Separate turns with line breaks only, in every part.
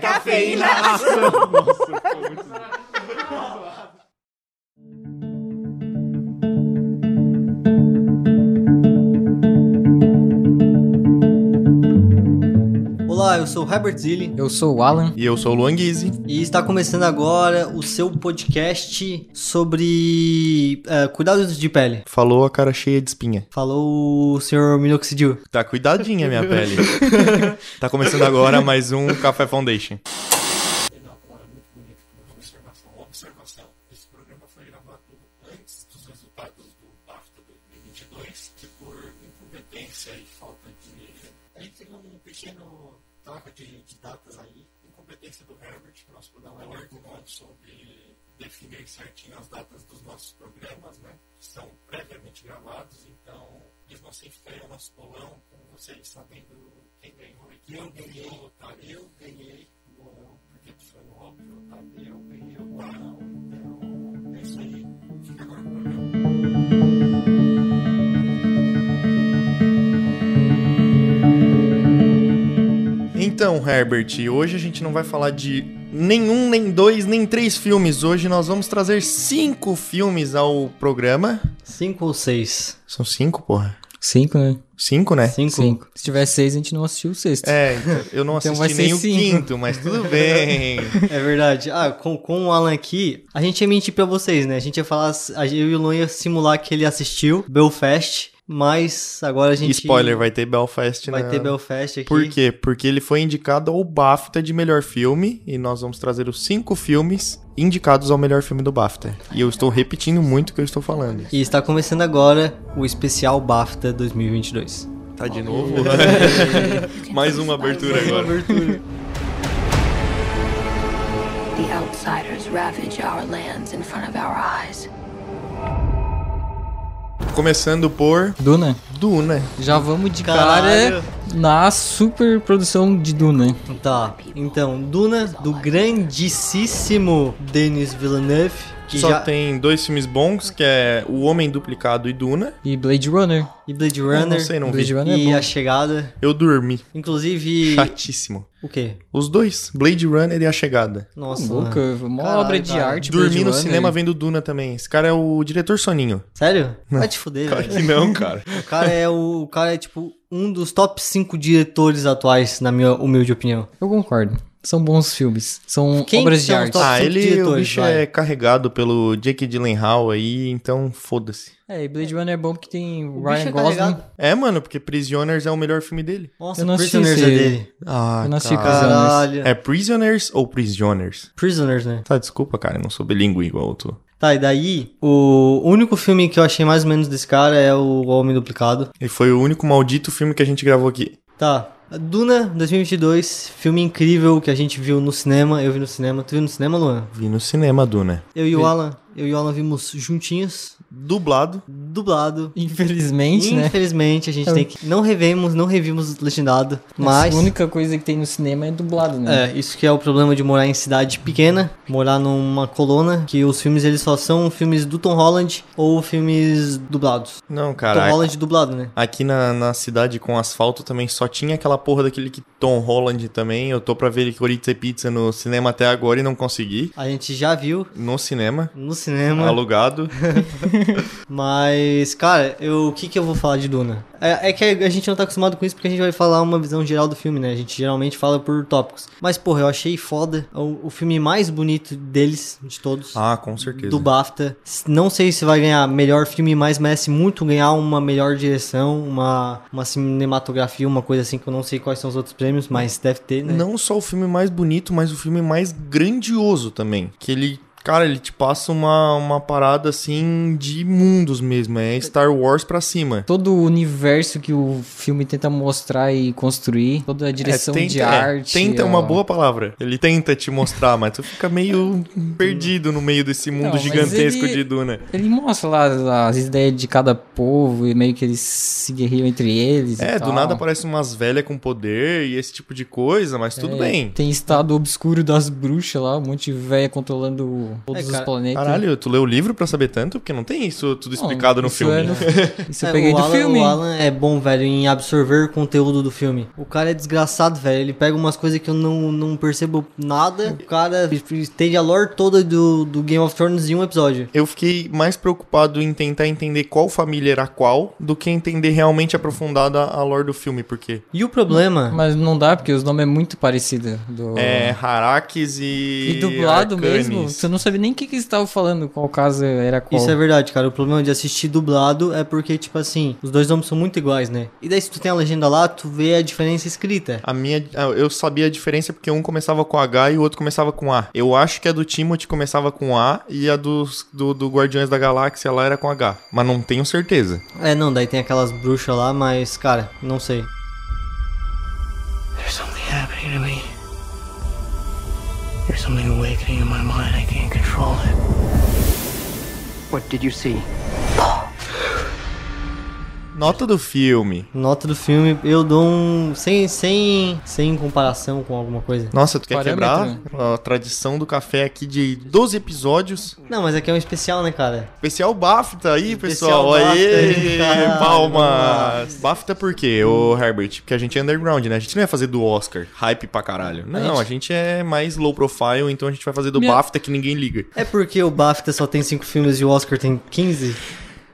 cafeína.
Nossa, foi muito
Olá, eu sou o Herbert Zilli
Eu sou o Alan.
E eu sou o Luan Guizzi.
e está começando agora o seu podcast sobre eh, cuidados de pele.
Falou a cara cheia de espinha.
Falou o senhor Minoxidil.
Tá cuidadinha minha pele. tá começando agora mais um Café Foundation. Então, Herbert, hoje a gente não vai falar de nenhum, nem dois, nem três filmes. Hoje nós vamos trazer cinco filmes ao programa.
Cinco ou seis?
São cinco, porra?
Cinco, né?
Cinco, né?
Cinco?
Cinco. Se tiver seis, a gente não assistiu o sexto.
É, então, eu não
Então
assisti
vai ser
nem o
cinco.
quinto, mas tudo bem.
É verdade. Ah, com, com o Alan aqui, a gente ia mentir pra vocês, né? A gente ia falar, a- eu e o Luan ia simular que ele assistiu Belfast, mas agora a gente...
Spoiler, vai ter Belfast,
Vai
né?
ter Belfast aqui.
Por quê? Porque ele foi indicado ao BAFTA de melhor filme e nós vamos trazer os cinco filmes indicados ao melhor filme do BAFTA. E eu estou repetindo muito o que eu estou falando.
E está começando agora o especial BAFTA 2022.
Tá de novo? Mais uma abertura agora.
Abertura.
The outsiders ravage our lands in front of our eyes.
Começando por
Duna.
Duna.
né? Já vamos de
Caralho.
cara na super produção de né? Duna.
Tá, então, Duna do grandíssimo Denis Villeneuve, que
Só
já
tem dois filmes bons, que é O Homem Duplicado e Duna.
E Blade Runner.
e Blade
Eu
Runner
não sei, não
Blade
vi.
Runner
e
é
A
bom.
Chegada,
Eu dormi.
inclusive
Chatíssimo.
o quê?
Os dois, Blade Runner e A Chegada.
Nossa,
Louca,
mano.
é uma
Caralho,
obra de
cara.
arte.
Dormi
Blade
no
Runner.
cinema vendo Duna também. Esse cara é o diretor Soninho.
sério? Vai te fuder, velho.
não, cara.
O cara é o, o cara é tipo um dos top 5 diretores atuais na minha humilde opinião.
Eu concordo. São bons filmes. São
Quem
obras
que
de
são os
arte.
top-
Ah,
Só
ele o
diretores,
bicho
vai.
é carregado pelo Jake Gyllenhaal aí, então foda-se.
É, e Blade Runner é bom porque tem
O
Ryan
bicho é
Gosling.
carregado.
É, mano, porque Prisoners é o melhor filme dele.
Nossa,
Eu não assisti
Prisoners é
esse-
dele.
Ah,
Eu não assisti
cara.
Prisoners.
Caralho.
É Prisoners ou Prisoners?
Prisoners, né?
Tá, desculpa, cara, eu não sou bilíngue igual eu tô.
Tá, e daí, o único filme que eu achei mais ou menos desse cara é o Homem Duplicado.
E foi o único maldito filme que a gente gravou aqui.
Tá, Duna 2022, filme incrível que a gente viu no cinema, eu vi no cinema. Tu viu no cinema, Luan?
Vi no cinema, né? Duna.
Eu e
Vi.
o Alan, eu e o Alan vimos juntinhos,
Dublado.
dublado.
Infelizmente, né?
Infelizmente, a gente tem que... Não revemos, não revimos legendado, mas...
A única coisa que tem no cinema é dublado, né?
É, isso que é o problema de morar em cidade pequena, morar numa colônia, que os filmes eles só são filmes do Tom Holland ou filmes dublados.
Não,
Tom
cara.
Holland dublado, né?
Aqui na, na cidade com asfalto também só tinha aquela porra daquele que Tom Holland também. Eu tô pra ver ele Corinthians e Pizza no cinema até agora e não consegui.
A gente já viu
No cinema.
no
é?
É
cinema.
Alugado.
Mas, cara, eu, o que, que eu vou falar de Duna? É, é que a gente não tá acostumado com isso porque a gente vai falar uma visão geral do filme, né? A gente geralmente fala por tópicos. Mas, porra, eu achei foda. O, o filme mais bonito deles, de todos.
Ah, com certeza.
Do BAFTA. S- Não sei se vai ganhar melhor filme, mas merece muito ganhar uma melhor direção, uma, uma cinematografia, uma coisa assim que eu não sei quais são os outros prêmios, mas deve ter,
É.
né?
Não só o filme mais bonito, mas o filme mais grandioso também. Que ele, cara, ele te passa uma, uma parada assim de mundos mesmo. É Star Wars pra cima.
Todo o universo que o filme tenta mostrar e construir, toda a direção
É, tenta,
de
é,
arte.
tenta é uma
ó.
boa palavra. Ele tenta te mostrar, mas tu fica meio perdido no meio desse mundo
Não, mas
gigantesco
ele-
de Duna.
Ele mostra lá as, as ideias de cada povo e meio que eles se guerreiam entre eles. e
É, do
tal.
nada aparece umas velhas com poder e esse tipo de coisa, mas tudo
É,
bem.
Tem estado obscuro das bruxas lá, um monte de véia controlando povo, todos os
cara.
planetas.
Caralho, tu leu o livro pra saber tanto? Porque não tem isso tudo
Bom,
explicado no
isso
filme.
é
né?
no- isso eu
É,
peguei
o
do
Alan,
filme.
O Alan é bom, velho, em absorver conteúdo do filme. O cara é desgraçado, velho. Ele pega umas coisas que eu não, não percebo nada. O cara entende a lore toda do, do Game of Thrones em um episódio.
Eu fiquei mais preocupado em tentar entender qual família era qual do que entender realmente aprofundada a lore do filme, porque
E o problema...
Mas não dá, porque os nomes é muito parecido. Do...
é Harakis e.
Ah. E dublado
Arcanis.
mesmo? Você não sabe nem o que, que eles estavam falando, qual caso era qual.
Isso é verdade, cara. O problema de assistir dublado é porque, tipo assim, os dois nomes são muito iguais, né? E daí, se tu tem a legenda lá, tu vê a diferença escrita.
A minha, ah, eu sabia a diferença porque um começava com H e o outro começava com A. Eu acho que a do Timothy começava com A e a dos, do, do Guardiões da Galáxia lá era com H. Mas não tenho certeza.
É, não, daí tem aquelas bruxas lá, mas, cara, não sei.
There's something happening to me. There's something awakening in my mind. I can't control it.
What did you see?
Nota do filme.
Nota do filme, eu dou um. Sem, sem, sem comparação com alguma coisa.
Nossa, tu quer
Parâmetro,
quebrar a tradição do café aqui de 12 episódios?
Não, mas aqui é um especial, né, cara?
Especial BAFTA tá aí,
Especial
pessoal. Aê!
BAFTA. Caralho,
Palmas! BAFTA por quê, ô Herbert? Porque a gente é underground, né? A gente não ia fazer do Oscar, hype pra caralho. Não, a gente, é mais low profile, então a gente vai fazer do
Minha-
BAFTA que ninguém liga.
É porque o BAFTA só tem 5 filmes e o Oscar tem 15?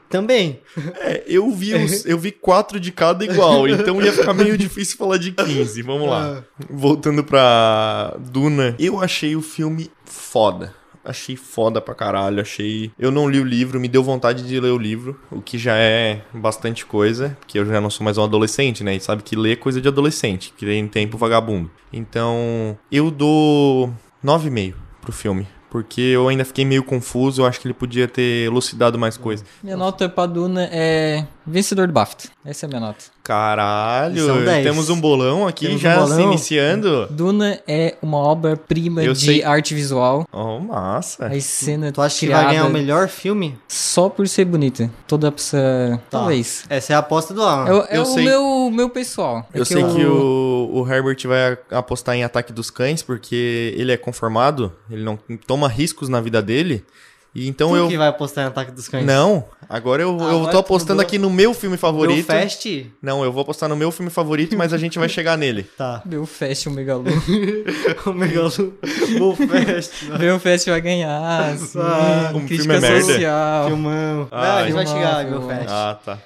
Também.
É, eu vi, os- eu vi quatro de cada igual, então ia ficar meio difícil falar de 15. Vamos lá. Voltando pra Duna, eu achei o filme foda. Achei foda pra caralho, achei. Eu não li o livro, me deu vontade de ler o livro, o que já é bastante coisa, porque eu já não sou mais um adolescente, né? E sabe que ler é coisa de adolescente, que tem tempo vagabundo. Então, eu dou 9,5 pro filme, porque eu ainda fiquei meio confuso, eu acho que ele podia ter elucidado mais coisas.
Minha nota pra Duna é vencedor do BAFTA. Essa é a minha nota.
Caralho,
São dez.
temos um bolão aqui
Temos um
já se
bolão.
iniciando.
Duna é uma obra-prima
Eu
de
sei.
arte visual.
Oh, massa.
A cena
Tu acha que
criada
vai ganhar um o melhor filme?
só por ser bonita. Toda essa...
Tá.
Talvez.
Essa é a aposta do Alan.
É, o- é
Ah, eu
o
sei-
meu, meu pessoal. É
eu sei que o, o Herbert vai apostar em ataque dos cães, porque ele é conformado, ele não toma riscos na vida dele. E então
Tu
eu.
que vai apostar em Ataque dos Cães?
Não, agora eu, eu
Agora
tô
tu
apostando
mudou.
aqui no meu filme
Meu
favorito.
Fest?
Não, eu vou apostar no meu filme favorito, mas a gente vai chegar nele.
Tá.
Meu Fest, o Megalu.
o Megalu. Bull Fest.
meu Fest vai ganhar. Assim,
Ah,
um filme é
crítica
merda.
social.
Filmão.
Ah,
Não, a gente vai
filmão,
chegar,
filmão.
meu Fest.
Ah, tá.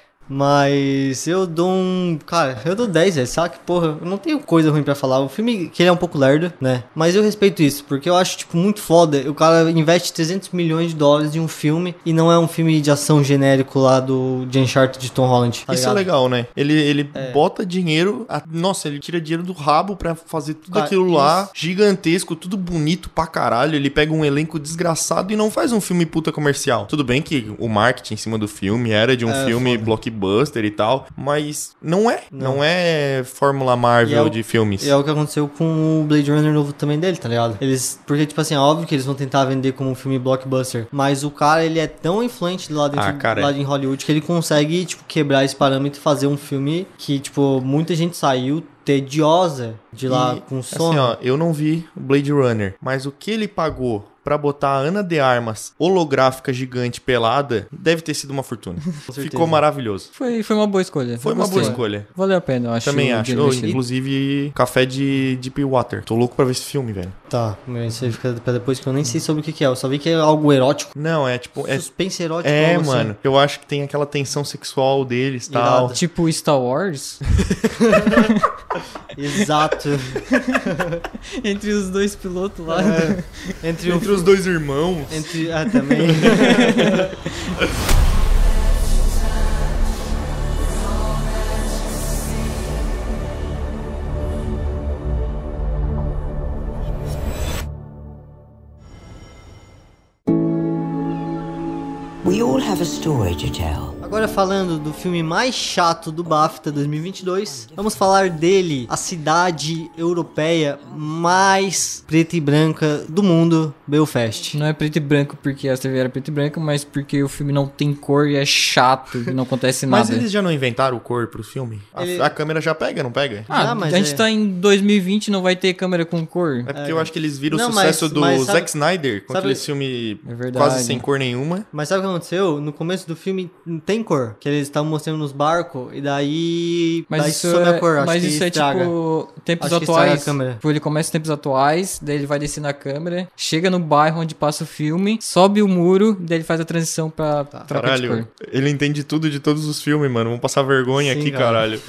Mas eu dou um. Cara, eu dou 10, velho. Sabe que, porra, eu não tenho coisa ruim pra falar. O filme, que ele é um pouco lerdo, né? Mas eu respeito isso, porque eu acho, tipo, muito foda. O cara investe 300 milhões de dólares em um filme e não é um filme de ação genérico lá do de Uncharted de Tom Holland. tá
Isso é
ligado? É.
legal, né? Ele, ele bota dinheiro. a- nossa, ele tira dinheiro do rabo pra fazer tudo
Cara,
aquilo lá. Gigantesco, tudo bonito pra caralho. Ele pega um elenco desgraçado e não faz um filme puta comercial. Tudo bem que o marketing em cima do filme era de um
É,
filme
foda.
blockbuster e tal. Mas não é. Não,
Não.
é Fórmula Marvel
E é o-
de filmes.
E é o que aconteceu com o Blade Runner novo também dele, tá ligado? Eles. Porque, tipo assim, é óbvio que eles vão tentar vender como um filme blockbuster. Mas o cara, ele é tão influente lá dentro
Ah, cara,
lá
é.
em Hollywood que ele consegue, tipo, quebrar esse parâmetro e fazer um filme que, tipo, muita gente saiu tediosa de lá
E,
com
assim,
sono.
ó, eu não vi o Blade Runner, mas o que ele pagou pra botar a Ana de Armas holográfica gigante pelada deve ter sido uma fortuna. Ficou
certeza.
maravilhoso.
Foi, foi uma boa escolha.
Foi
Eu
uma boa
gostei.
escolha.
Valeu a pena, eu acho.
Também
o
acho.
dinheiro
Eu,
investido.
inclusive, café de Deep Water. Tô louco pra ver esse filme, velho.
Tá, mas isso aí fica pra depois que eu nem sei sobre o que, que é. Eu só vi que é algo erótico.
Não, é tipo. É,
Suspense erótico.
é
algo assim.
mano. Eu acho que tem aquela tensão sexual deles e tal.
Irado.
Tipo Star Wars,
Exato.
entre os dois pilotos lá.
É, entre o.
Entre os dois irmãos.
Entre. Ah, também.
We all have a story to tell.
Agora falando do filme mais chato do BAFTA 2022, vamos falar dele, a cidade europeia mais preta e branca do mundo, Belfast.
Não é preto e branco porque a TV era preto e branco, mas porque o filme não tem cor e é chato e não acontece nada.
Mas eles já não inventaram cor pro filme? A,
é. Ele-
a câmera já pega, não pega?
Ah,
Ah, mas
a gente
é-
tá em 2020 não vai ter câmera com cor.
É porque eu acho que eles viram
Não,
o sucesso
mas-
do
mas sabe-
Zack Snyder com
sabe-
aquele filme
É verdade.
quase sem cor nenhuma.
Mas sabe o que aconteceu? No começo do filme não tem cor, que eles estavam mostrando nos barcos, e daí,
Mas
daí
isso,
some
é,
a cor, acho
mas
que
isso é
estraga.
tipo tempos
Acho que estraga
atuais.
a câmera.
Tipo, ele começa em tempos atuais, daí ele vai descer na câmera, chega no bairro onde passa o filme, sobe o muro, daí ele faz a transição pra troca de
Tá. Caralho,
cor.
ele entende tudo de todos os filmes, mano. Vamos passar vergonha
Sim,
aqui,
cara.
caralho.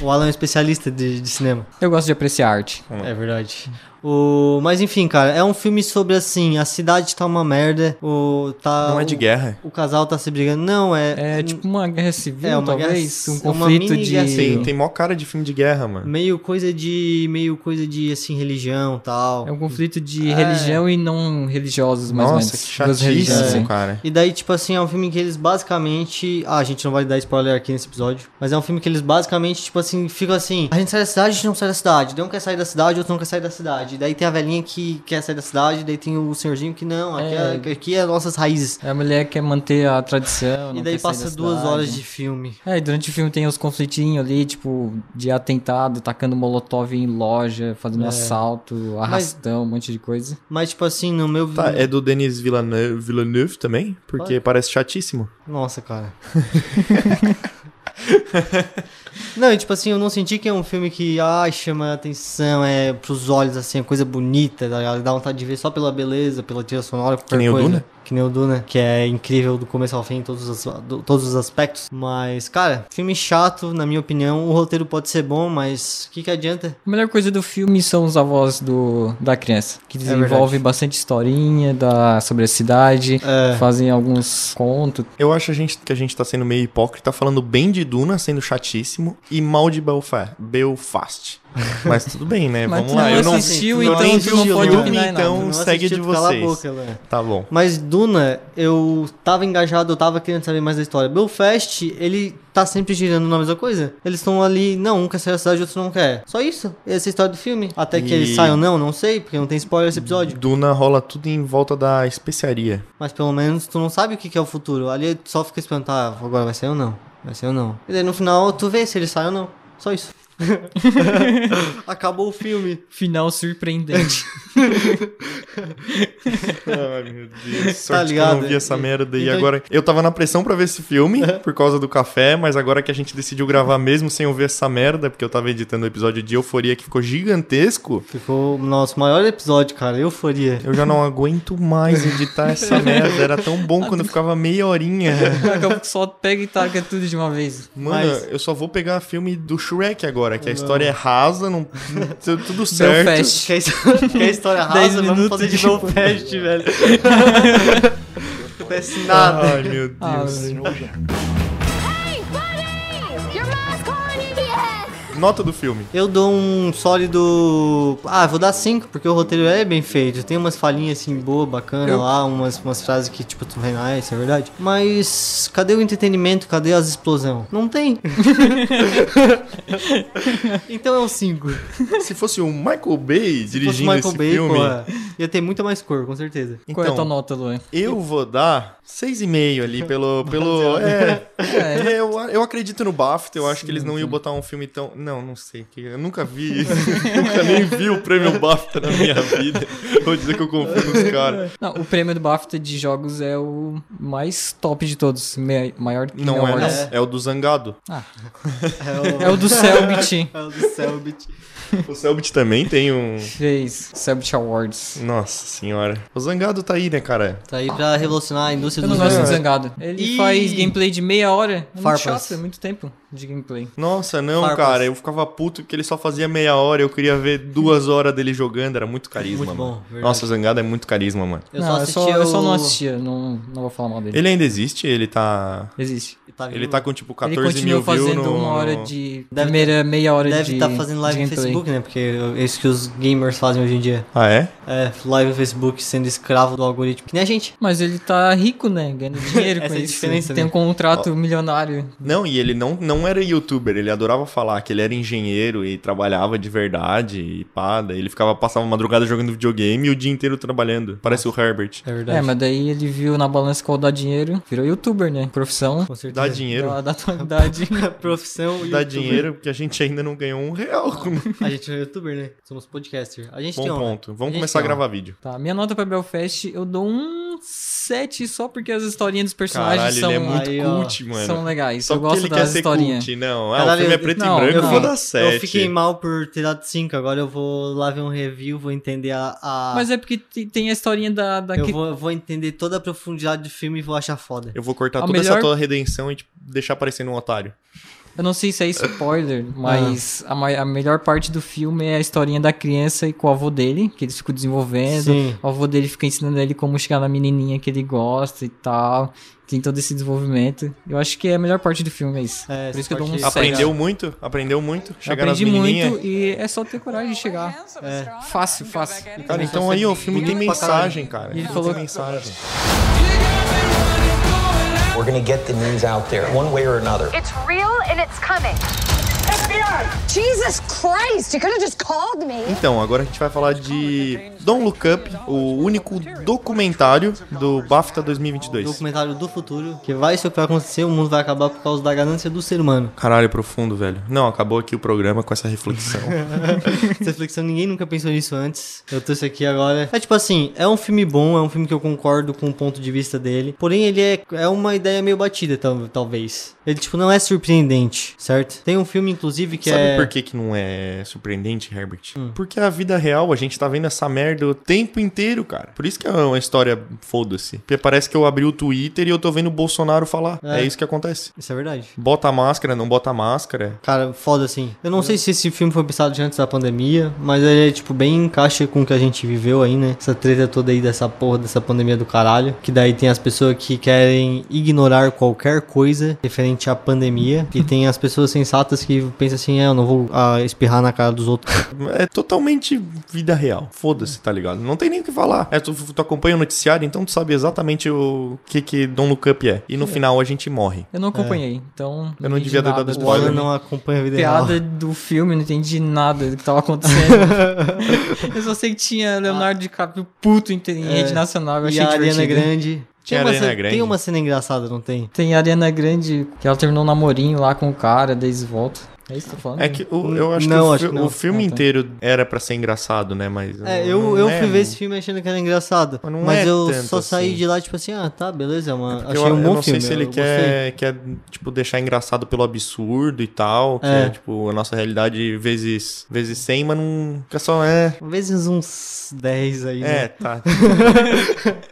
O Alan é um especialista de, de cinema.
Eu gosto de apreciar arte.
É verdade. O... Mas enfim, cara, é um filme sobre assim, a cidade tá uma merda, o... tá...
Não é de
o-
guerra.
O casal tá se brigando. Não, é...
É tipo uma guerra civil,
É, uma
talvez,
guerra-
um
uma
conflito
mini guerra
de...
Tem, tem mó cara de filme de guerra,
É.
mano.
Meio coisa de... Meio coisa de, assim, religião tal.
É um conflito de religião e não religiosos, mais ou menos.
Nossa, que
Duas religiões,
chatíssimo,
assim.
cara.
E daí, tipo assim, é um filme que eles basicamente. Ah, a gente não vai dar spoiler aqui nesse episódio. Mas é um filme que eles basicamente, tipo assim, ficam assim: a gente sai da cidade, a gente não sai da cidade. Daí um quer sair da cidade, outro não quer sair da cidade. Daí tem a velhinha que quer sair da cidade, daí tem o senhorzinho que não, aqui é, aqui é nossas raízes.
É a mulher que quer manter a tradição.
E
não
daí
quer sair
passa
da
duas
cidade.
horas de filme.
É, e durante o filme tem os conflitinhos ali, tipo, de atentado, tacando molotov em loja,
É.
fazendo assalto, arrastão, um monte de coisa.
Mas, tipo assim, no meu.
Tá, é do Denis Villeneuve, Villeneuve também? Porque parece chatíssimo.
Nossa, cara. Não, e tipo assim, eu não senti que é um filme que ai, chama a atenção, é pros olhos, assim, é coisa bonita, tá ligado? dá vontade de ver só pela beleza, pela trilha sonora, qualquer
nem o
coisa.
Duna?
Que nem o Duna, que é incrível do começo ao fim, em todos os, as- do- todos os aspectos. Mas, cara, filme chato, na minha opinião. O roteiro pode ser bom, mas o que, que adianta?
A melhor coisa do filme são os avós do, da criança,
É
que desenvolvem
verdade.
bastante historinha da, sobre a cidade,
É.
fazem alguns contos.
Eu acho a gente, que a gente tá sendo meio hipócrita, falando bem de Duna, sendo chatíssimo, e mal de Belfast. Belfast. Mas tudo bem, né?
Mas
Vamos
tu
lá.
não
Eu não
assistiu,
eu
então
nem
tu
vi
não
o
pode
filme,
opinar em nada.
então
não
segue de
assistiu, cala a
vocês.
boca, Léo.
Tá bom.
Mas Duna, eu tava engajado, eu tava querendo saber mais da história. Belfast, ele tá sempre girando na mesma coisa. Eles estão ali, não, um quer sair da cidade, outro não quer. Só isso. Essa é a história do filme. Até que
E-
eles saiam, não, não sei, porque não tem spoiler esse episódio.
Duna rola tudo em volta da especiaria.
Mas pelo menos tu não sabe o que que é o futuro. Ali tu só fica esperando, tá, agora vai sair ou não? Vai sair ou não? E daí no final tu vê se ele sai ou não. Só isso. Acabou o filme.
Final surpreendente.
Ai, meu Deus. Sorte
Tá ligado?
que eu não vi essa merda. E
Então-
agora. Eu tava na pressão pra ver esse filme por causa do café, mas agora que a gente decidiu gravar mesmo sem eu ver essa merda, porque eu tava editando o episódio de Euforia que ficou gigantesco,
Ficou o nosso maior episódio, cara. Euforia.
eu já não aguento mais editar essa merda. Era tão bom quando ficava meia horinha.
Acabou que só pega e taca tudo de uma vez.
Mano,
Mas-
eu só vou pegar filme do Shrek agora, que a história é rasa, não. deu tudo certo.
Belfast.
Que a histó- que a história
Dez
rasa, vamos
minutos
fazer de
de
Belfast, velho. Acontece nada.
Ai, meu Deus.
Ah, velho.
Hey, buddy! Your mom's calling you. Yes!
Nota do filme.
Eu dou um sólido. Ah, vou dar 5, porque o roteiro é bem feito. Tem umas falinhas assim boa, bacana
Eu-
lá, umas, umas frases que tipo, tu vem, ah, isso é verdade. Mas cadê o entretenimento? Cadê as explosão? Não tem. então é um 5.
Se fosse o Michael Bay é. dirigindo esse filme.
porra, ia ter muito mais cor, com certeza.
Qual é a tua
Então,
nota, Luan?
Eu vou dar 6,5 ali pelo. pelo é, eu, eu acredito no BAFTA, eu acho que eles não iam botar um filme tão. Não, não sei. que Eu nunca vi isso. nunca nem vi o prêmio BAFTA na minha vida. Vou dizer que eu confio nos caras.
Não, o prêmio do BAFTA de jogos é o mais top de todos. mei- Maior que
Não é, não.
Awards.
É. o do Zangado.
É o do Selbit.
É o do Selbit.
O Selbit também tem um.
Fez Selbit Awards.
Nossa senhora. O Zangado tá aí, né, cara?
Tá aí pra revolucionar a indústria
Eu
do
não
jogo.
gosto do Zangado. Ele
Ih!
faz gameplay de meia hora. É muito
Farpas.
chato, é muito tempo de gameplay.
Nossa, não,
Farpas.
cara. Eu ficava puto que ele só fazia meia hora. Eu queria ver duas horas dele jogando. Era muito carisma,
Muito bom,
mano.
verdade.
Nossa, o Zangado é muito carisma, mano.
Eu
não,
só
eu,
assisti
só, eu só não
o-
assistia, não, não vou falar mal dele.
Ele ainda existe? Ele tá.
Existe.
Tá
Ele
vivo?
tá com tipo
Ele
14
continua
mil views
fazendo
no...
uma hora
no-
de.
Deve-
primeira meia hora
Deve
de.
estar fazendo live
de
no
gameplay.
Facebook, né? Porque é isso que os gamers fazem hoje em dia.
Ah, é?
É, live no Facebook sendo escravo do algoritmo. Que nem a gente.
Mas ele tá rico, né? Ganhando dinheiro
Essa
com
é a
isso.
diferença,
Tem
né?
um contrato milionário.
Não, e ele não, não não era youtuber, ele adorava falar que ele era engenheiro e trabalhava de verdade e pá, daí ele ficava, passava a madrugada jogando videogame e o dia inteiro trabalhando. Parece o Herbert.
É verdade.
É, mas daí ele viu na balança qual dá dinheiro, virou youtuber, né? Profissão
Com certeza.
Dá dinheiro.
da, da atualidade.
Profissão e
Dá
youtuber.
dinheiro porque a gente ainda não ganhou um real.
A gente não é youtuber, né? Somos podcaster. A gente
Bom
tem um, né? honra.
ponto. Vamos
gente
começar a
tem
gravar vídeo.
tá, minha nota pra Belfast, eu dou um 7 só porque as historinhas dos
Caralho,
personagens
ele é
são,
muito
Aí, ó,
cult, mano.
são legais.
Só
Ah, eu
porque
gosto
ele quer
das
ser
historinhas.
cult. Não, ah,
Caralho,
o filme é
eu-
preto
não,
e branco, eu
não.
vou dar
Eu
7.
fiquei mal por ter dado 5, agora eu vou lá ver um review, vou entender a. a-
Mas é porque te- tem a historinha da, da
Ah. eu,
que-
vou, eu vou entender toda a profundidade do filme e vou achar foda.
Eu vou cortar
A
toda essa
melhor-
tua redenção e te deixar parecendo um otário.
Eu não sei se é spoiler, mas
Ah.
a, mai- a melhor parte do filme é a historinha da criança e com o avô dele, que eles ficam desenvolvendo.
Sim.
O avô dele fica ensinando ele como chegar na menininha que ele gosta e tal. Tem todo esse desenvolvimento. Eu acho que é a melhor parte do filme, é isso.
É,
Por
essa
isso que eu dou um
parte aí-
sete.
Aprendeu muito? Aprendeu muito? Chegar nas
Aprendi
menininhas?
muito e é só ter coragem de chegar.
É.
Fácil, fácil.
Cara, então aí ó, o filme tem
Bonito pra
mensagem, cara.
E ele
Tem
falou-
mensagem.
We're gonna get the news out there one way or another.
It's real and it's coming. Jesus Christ, you could have just called me.
Então, agora a gente vai falar de Don't Look Up, o único documentário do BAFTA 2022.
Documentário do futuro, que vai ser o que vai acontecer, o mundo vai acabar por causa da ganância do ser humano.
Caralho, profundo, velho. Não, acabou aqui o programa com essa reflexão.
Essa reflexão, ninguém nunca pensou nisso antes. Eu trouxe aqui agora. É tipo assim, é um filme bom, é um filme que eu concordo com o ponto de vista dele. Porém, ele é, é uma ideia meio batida, tal- talvez. Ele, tipo, não é surpreendente, certo? Tem um filme, inclusive, que
Sabe
é.
por que, que não é surpreendente, Herbert? Porque a vida real, a gente tá vendo essa merda o tempo inteiro, cara. Por isso que é uma história foda-se. Porque parece que eu abri o Twitter e eu tô vendo o Bolsonaro falar. É, isso que acontece.
Isso é verdade.
Bota a máscara, não bota a máscara.
Cara, foda assim. Eu não sei se esse filme foi pensado antes da pandemia, mas ele é, tipo, bem encaixa com o que a gente viveu aí, né? Essa treta toda aí dessa porra, dessa pandemia do caralho. Que daí tem as pessoas que querem ignorar qualquer coisa referente à pandemia. E tem as pessoas sensatas que pensam assim, é, eu não vou ah, espirrar na cara dos outros.
É totalmente vida real. Foda-se, tá ligado? Não tem nem o que falar. É, tu, tu acompanha o noticiário, então tu sabe exatamente o que que Don't Look Up é. E no final a gente morre.
Eu não acompanhei, então.
É. Eu não
entendi
devia ter
nada.
dado
O
Olha,
Waller
né?
não acompanha a vida real.
piada do filme, não entendi nada do que tava acontecendo. eu só sei que tinha Leonardo DiCaprio puto em em rede nacional, eu
Ah. É. E
achei
a Ariana
divertido.
Grande.
né? Tinha
uma
Ariana
cena-
Grande.
Tem uma cena engraçada, não tem?
Tem a Ariana Grande, que ela terminou um namorinho lá com o cara, daí eles voltam. É isso que eu tô falando?
É que o- eu acho,
Não,
que, o,
acho
fi-
que não.
o filme
Ah, tá.
inteiro era pra ser engraçado, né? Mas.
É,
não-
eu,
não
eu
é,
fui ver
né?
esse filme achando que era engraçado.
Mas
Mas,
não é
eu
tanto
só saí
assim. É
de lá, tipo assim, ah, tá, beleza, mano.
Porque
Achei
eu,
um
eu
bom
não
filme.
sei se ele
eu gostei.
quer, quer, tipo, deixar engraçado pelo absurdo e tal. Que é,
É.
tipo, a nossa realidade vezes, vezes 100, mas não. Fica só, é.
Vezes uns 10 aí,
É,
né?
tá.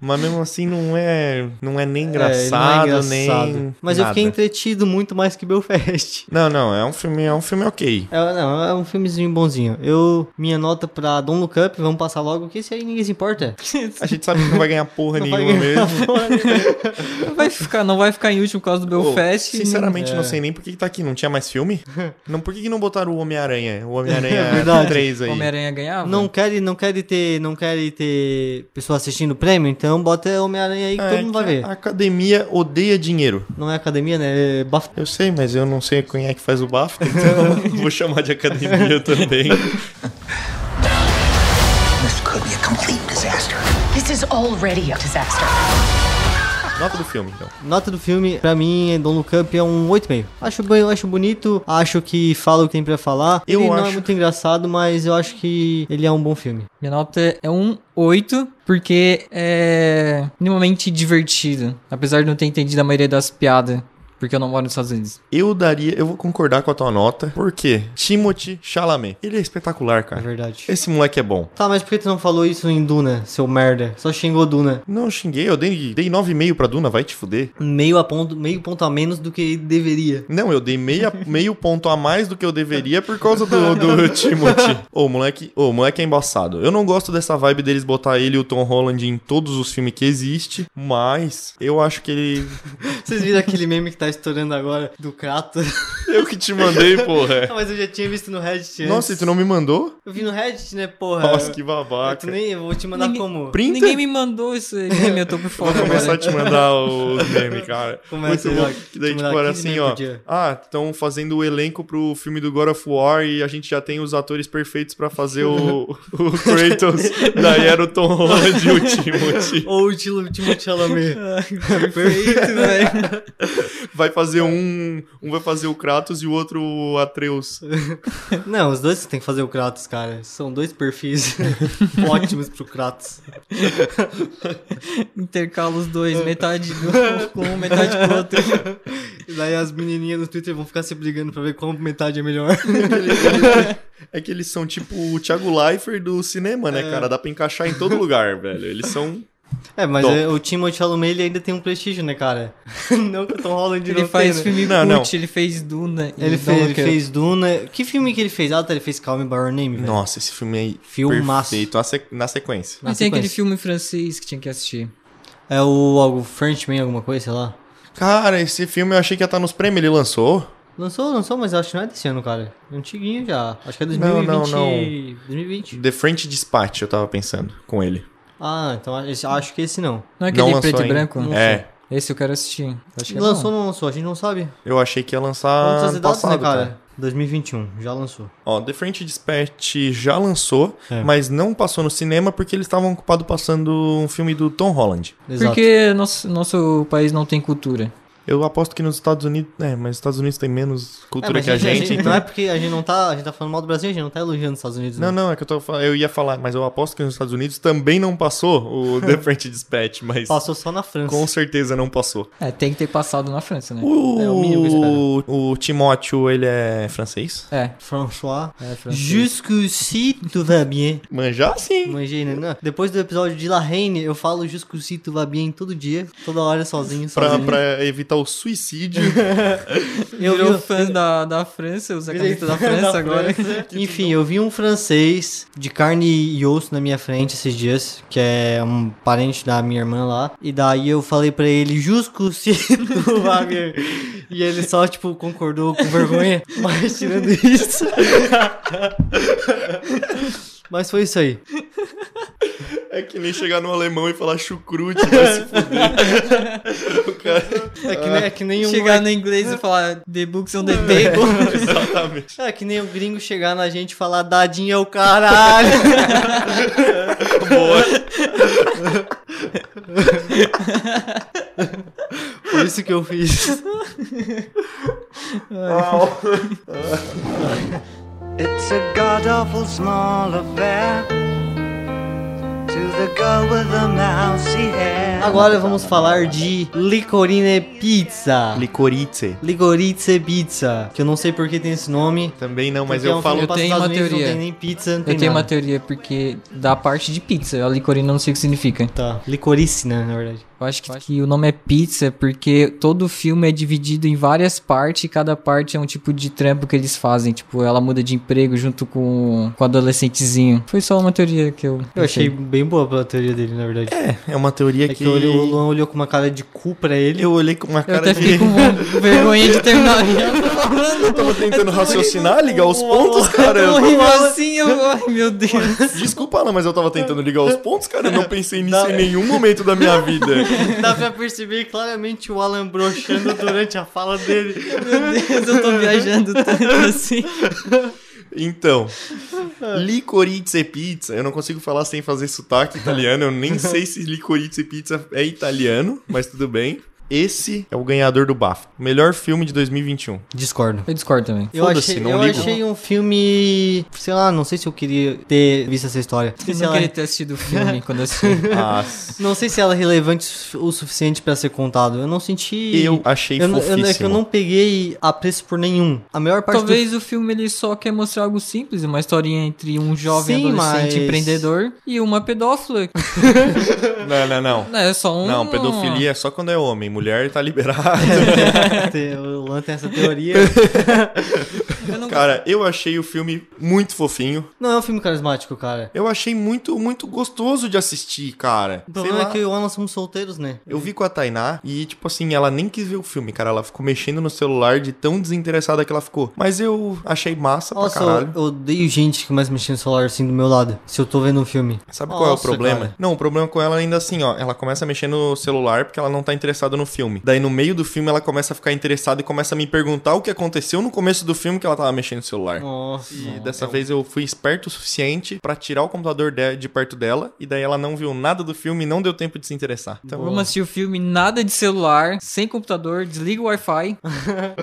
mas mesmo assim não é. Não é nem
É, ele não
engraçado,
é engraçado.
nem.
Mas eu
nada.
fiquei entretido muito mais que Belfast.
Não, não, é um filme, é um filme ok.
É, não, é um filmezinho bonzinho. Eu, minha nota pra Don't Look Up, vamos passar logo, que esse aí ninguém se importa.
A gente sabe que não vai ganhar porra
Não vai
nenhuma
ganhar
mesmo.
Não vai ficar, não vai ficar em último por causa do
Pô,
Belfast.
sinceramente,
É.
não sei nem por que, que tá aqui. Não tinha mais filme? Não, por que, que não botaram o Homem-Aranha? O Homem-Aranha
É verdade.
3 aí.
o Homem-Aranha ganhava.
Não querem não quer ter, não quer ter pessoa assistindo o prêmio, então bota Homem-Aranha aí que
É
todo mundo vai
que
ver.
A academia odeia dinheiro.
Não é academia, né? É BAFTA.
Eu sei, mas eu não sei quem é que faz o BAFTA, então vou chamar de academia também.
This could be a complete disaster.
This is already a disaster.
Nota do filme, então.
Nota do filme, pra mim, Don't Look Up é um 8,5. Acho bem, eu acho bonito, acho que fala o que tem pra falar.
Eu
ele não
acho-
é muito engraçado, mas eu acho que ele é um bom filme.
Minha nota é um 8, porque é minimamente divertido. Apesar de não ter entendido a maioria das piadas, porque eu não moro nos Estados Unidos.
Eu daria, eu vou concordar com a tua nota, porque Timothy Chalamet, ele é espetacular,
É
cara.
verdade.
Esse moleque é bom.
Tá, mas por que tu não falou isso em Duna, seu merda? Só xingou Duna.
Não, eu xinguei, eu dei, dei 9,5 pra Duna, vai te fuder.
Meio, a ponto, meio ponto a menos do que deveria.
Não, eu dei meia, meio ponto a mais do que eu deveria por causa do, do Timothy. Ô, moleque, ô, moleque é embaçado. Eu não gosto dessa vibe deles botar ele e o Tom Holland em todos os filmes que existe, mas eu acho que ele
Vocês viram aquele meme que tá estourando agora do Kratos?
Eu que te mandei, porra.
Ah, mas eu já tinha visto no Reddit antes.
Nossa, e tu não me mandou?
Eu vi no Reddit, né, porra?
Nossa, que
Tu
babaca.
nem, eu vou te mandar
Ninguém-
como?
Printa?
Ninguém me mandou esse meme, eu tô por fora.
é
Vou começar a
agora.
te mandar os memes, cara.
Começa
Muito
aí,
louco.
ó,
Que daí,
é? te
tipo,
mandar né,
era
15
assim,
memes
ó.
por dia.
Ah, estão fazendo o elenco pro filme do God of War e a gente já tem os atores perfeitos pra fazer o, o Kratos. daí era o Tom Holland e o Timothy.
Ou o Tilo Timothée Chalamet.
Ah,
Perfeito, velho.
Vai fazer um... Um vai fazer o Kratos e o outro o Atreus.
Não, os dois tem que fazer o Kratos, cara. São dois perfis ótimos pro Kratos.
Intercala os dois, metade do- com um, metade com o outro.
E daí as menininhas no Twitter vão ficar se brigando pra ver qual metade é melhor.
É que eles são tipo o Thiago Leifert do cinema, né, cara? Dá pra encaixar em todo lugar, velho. Eles são...
É, mas
Tom.
é, o Timothée Chalamet ele ainda tem um prestígio, né, cara? não que o Tom Holland
Ele
não tem,
faz
né?
filme
Não, não.
cult, ele fez Duna. e
Ele
Don't
fez, ele
Look Up.
fez Duna. Que filme que ele fez? Ah, tá, ele fez Call Me By Your Name, velho.
Nossa, esse filme aí...
Filmaço.
Perfeito. a se- Na sequência.
Na
Mas tem aquele
sequência.
filme francês que tinha que assistir.
É o algo Frenchman, alguma coisa, sei lá.
Cara, esse filme eu achei que ia estar nos prêmios. Ele lançou?
Lançou, lançou, mas acho que não é desse ano, cara. É antiguinho já. Acho que é 2020.
Não, não,
2020.
The French Dispatch, eu tava pensando com ele.
Ah, então esse- acho que esse não.
Não é aquele
Não lançou
preto e
ainda.
branco?
É.
Esse eu quero assistir. Acho que é
lançou
bom.
ou não lançou? A gente não sabe.
Eu achei que ia
Vamos
lançar
fazer
Ah, ano passado, tá.
né, cara?
cara.
2021, já lançou.
Ó, The French Dispatch já lançou,
É.
mas não passou no cinema porque eles estavam ocupados passando um filme do Tom Holland.
Exato. É,
Porque nosso, nosso país não tem cultura.
Eu aposto que nos Estados Unidos... É, mas os Estados Unidos tem menos
É,
cultura
mas
que a gente, então...
Não é porque a gente não tá. A gente tá falando mal do Brasil, a gente não tá elogiando os Estados Unidos.
Não, não, é que eu, tô, fal- eu ia falar, mas eu aposto que nos Estados Unidos também não passou o The French Dispatch, mas
Passou só na França.
com certeza não passou.
É, tem que ter passado na França, né?
O,
É, o mínimo que eu
o Timóteo, ele é francês?
É,
François.
é francês.
Jusqu'ici tu vas bien.
Manjar sim.
Manjei, né? Não, Depois do episódio de La Reine, eu falo jusqu'ici tu vas bien todo dia, toda hora sozinho,
Pra,
sozinho.
pra evitar o suicídio.
Eu vi
Virou
um-
fã da, da França, usa a
Virei
camisa da
fã
França
da
agora.
França. Enfim, eu vi um francês de carne e osso na minha frente esses dias, que é um parente da minha irmã lá. E daí eu falei pra ele, Jusco se tu vai ver." E ele só, tipo, concordou com vergonha. Mas tirando isso. Mas foi isso aí.
É que nem chegar no alemão e falar chucrute, vai se fuder. o cara...
É que, nem- é que nem um.
Chegar no inglês e falar The Books on the Table.
Exatamente.
É que nem um gringo chegar na gente e falar dadinho é o caralho.
Boa.
Foi isso que eu fiz.
It's a god awful small affair to the girl with the mousy hair.
Agora vamos falar de Licorine Pizza.
Licorice.
Ligorice Pizza, que eu não sei por que tem esse nome.
Também não, mas
porque é
eu
um
falo...
filme
Eu tenho
passado
uma
nos Estados Unidos,
teoria.
Não tem nem pizza, não tem
Eu tenho uma
nada.
teoria, porque da parte de pizza, a licorina eu não sei o que significa.
Tá, licorice, né, na verdade.
Eu acho que, que o nome é pizza porque todo filme é dividido em várias partes e cada parte é um tipo de trampo que eles fazem. Tipo, ela muda de emprego junto com, com o adolescentezinho. Foi só uma teoria que eu.
Eu achei bem boa a teoria dele, na verdade. É,
É uma teoria
que, o Lu- o Luan olhou com uma cara de cu pra ele.
Eu olhei com uma
Eu
cara
até fiquei
de...
com von- vergonha de terminar.
Eu tava tentando raciocinar, ligar os pontos, cara.
Eu
Eu-
horrível assim, eu. Ai, meu Deus.
Desculpa, Alan, mas eu tava tentando ligar os pontos, cara. Eu não pensei nisso
Dá-
em nenhum momento da minha vida.
Dá pra perceber claramente o Alan broxando durante a fala dele.
Meu Deus, eu tô viajando tanto assim.
Então,
É.
licorice pizza, eu não consigo falar sem fazer sotaque italiano, eu nem sei se licorice pizza é italiano, mas tudo bem. Esse é o ganhador do BAFTA, melhor filme de 2021.
Discordo.
Eu discordo também.
Eu,
Foda-se,
achei,
não
eu
ligo.
achei um filme. Sei lá, não sei se eu queria ter visto essa história. Não sei
Eu
se
não
ela, é
queria ter assistido o filme quando eu assisti.
Ah,
não sei se ela é relevante o suficiente pra ser contado. Eu não senti.
eu achei
Eu, não- eu,
fofíssimo.
não- é que eu não peguei apreço por nenhum. A maior parte do
Talvez o filme ele só quer mostrar algo simples, uma historinha entre um jovem
Sim, mas-
adolescente empreendedor e uma pedófila.
não, não, não.
Não, é só um.
Não, pedofilia é só quando é
É,
homem, mulher tá liberado.
Tem- O Luan tem essa teoria.
Cara, eu achei o filme muito fofinho.
Não é um filme carismático, cara.
Eu achei muito, muito gostoso de assistir, cara.
O
Sei
problema
lá.
é que o nós somos solteiros, né?
Eu vi com a Tainá e, tipo assim, ela nem quis ver o filme, cara. Ela ficou mexendo no celular de tão desinteressada que ela ficou. Mas eu achei massa
Nossa,
pra caralho.
eu eu odeio gente que começa mexendo no celular assim do meu lado, se eu tô vendo um filme.
Sabe qual é o
Nossa,
problema?
cara.
Não, o problema com ela ainda assim, ó. Ela começa a mexer no celular porque ela não tá interessada no filme. Daí no meio do filme ela começa a ficar interessada e começa a me perguntar o que aconteceu no começo do filme que ela tava mexendo no celular.
Nossa.
É.
é um
E dessa vez eu fui esperto o suficiente pra tirar o computador de, de perto dela e daí ela não viu nada do filme e não deu tempo de se interessar. Então
Vamos assistir o filme, nada de celular, sem computador, desliga o Wi-Fi.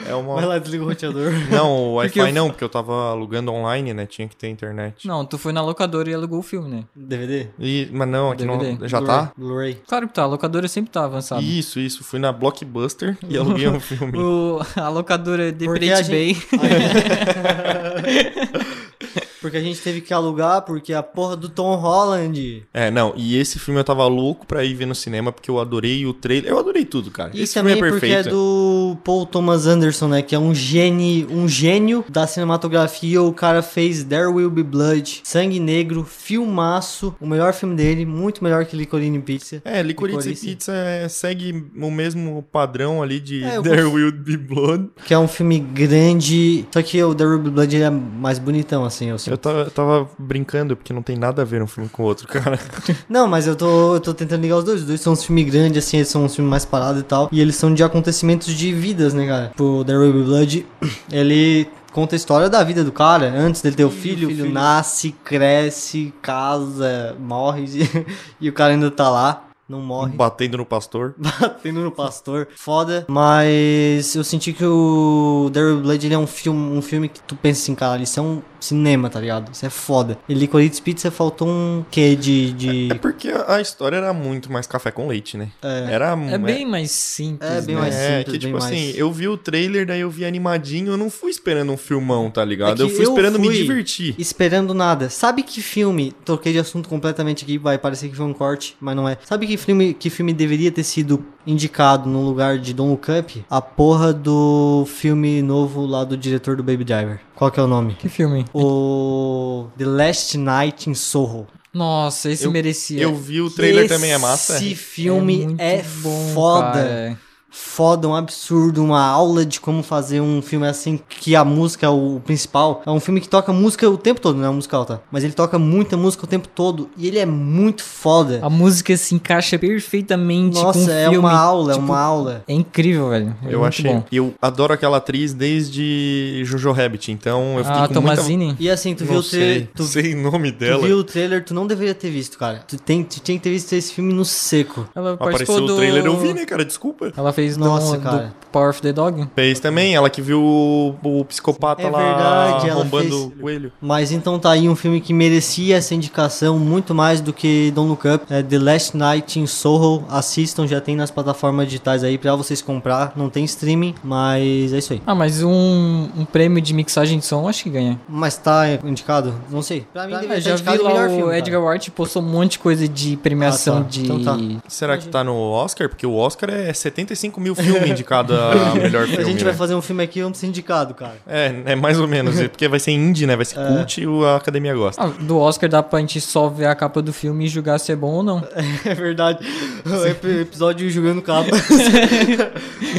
é
Vai
uma
lá, desliga o roteador.
Não, o
Porque
Wi-Fi
eu-
não, porque eu tava alugando online, né? Tinha que ter internet.
Não, tu foi na locadora e alugou o filme, né?
DVD?
E, mas não, aqui não,
DVD.
já tá?
Blu-ray.
Claro que tá, a locadora sempre tá avançada.
Isso, isso. Fui na Blockbuster e aluguei um filme.
O, a locadora de
Porque
Prete
a gente-
Bay.
Porque a gente teve que alugar porque a porra do Tom Holland.
É, não, e esse filme eu tava louco pra ir ver no cinema, porque eu adorei o trailer. Eu adorei tudo, cara.
E
esse filme
também
é
porque é
perfeito.
do Paul Thomas Anderson, né? Que é um gênio, um gênio da cinematografia. O cara fez There Will Be Blood, Sangue Negro, filmaço, o melhor filme dele, muito melhor que Licorine Pizza.
É, Licorice,
Licorice.
e Pizza é, segue o mesmo padrão ali de
É, eu
There
conf-
Will Be Blood.
Que é um filme grande, só que o The Ruby Blood ele é mais bonitão, assim, eu
Eu
sinto.
tava, eu tava brincando, porque não tem nada a ver um filme com o outro, cara.
Não, mas eu tô, eu tô tentando ligar os dois. Os dois são uns filmes grandes, assim, eles são uns filmes mais parados e tal. E eles são de acontecimentos de vidas, né, cara? Tipo, The Ruby Blood, ele conta a história da vida do cara. Antes dele ter o filho, né? o filho nasce, cresce, casa, morre. E, e o cara ainda tá lá, não morre.
Batendo no pastor.
batendo no pastor. Foda. Mas eu senti que o Daryl Blade ele é um filme, um filme que tu pensa assim, cara, isso é um cinema, tá ligado? Isso é foda. E Licorice Pizza faltou um quê de. de...
É porque a história era muito mais café com leite, né? Era
É bem mais simples.
É, bem
né?
mais
É,
simples,
que tipo
bem
assim,
mais-
eu vi o trailer, daí eu vi animadinho, eu não fui esperando um filmão, tá
É
ligado?
que
eu fui esperando me
fui
divertir.
Esperando nada. Sabe que filme? Troquei de assunto completamente aqui, vai parecer que foi um corte, mas não é. Sabe que filme, que filme deveria ter sido indicado no lugar de Don't Look Up? A porra do filme novo lá do diretor do Baby Driver. Qual que é o nome?
Que filme?
O The Last Night in Soho.
Nossa, esse
Eu-
merecia.
Eu vi o trailer também é massa.
é Esse filme
muito
é,
bom,
foda.
cara.
Foda, um absurdo, uma aula de como fazer um filme assim que a música é o principal. É um filme que toca música o tempo todo, não é um musical, tá? Mas ele toca muita música o tempo todo e ele é muito foda.
A música se encaixa perfeitamente com o
Nossa,
filme.
é uma aula, é
Tipo,
uma aula.
É incrível, velho. É
Eu
muito
achei.
Bom.
Eu adoro aquela atriz desde Jojo Rabbit, então eu fiquei
A
com muita...
Tomazini?
E assim, Ah, tu
Não
viu, o
sei,
tra- tu,
sei o nome
tu
dela.
viu o trailer, tu não deveria ter visto, cara. Tu, tem, tu tinha que ter visto esse filme no seco.
Ela
Apareceu
participou
o
do...
trailer, eu vi, né, cara? Desculpa.
Ela fez do-
Nossa,
do,
cara.
Power of the Dog.
Fez também, ela que viu o, o psicopata
É
lá
verdade, ela
arrombando
fez-
o coelho.
Mas então tá aí um filme que merecia essa indicação muito mais do que Don't Look Up. É The Last Night in Soho. Assistam, já tem nas plataformas digitais aí pra vocês comprar. Não tem streaming, mas é isso aí.
Ah, mas um, um prêmio de mixagem de som acho que ganha.
Mas tá indicado? Não sei. Pra mim,
Ah,
deveria
já
estar indicado em
vi lá
melhor
o
filme,
Edgar Wright postou um monte de coisa de premiação
Ah, tá.
de...
Então tá.
Será que tá no Oscar? Porque o Oscar é 75 mil filmes indicado a melhor
cara.
filme.
A gente vai
né?
fazer um filme aqui e vamos ser indicado, cara.
É, é mais ou menos, é porque vai ser indie, né? Vai ser cult e o- a academia gosta.
Ah, do Oscar dá pra gente só ver a capa do filme e julgar se é bom ou não.
É verdade. O ep- episódio jogando capa.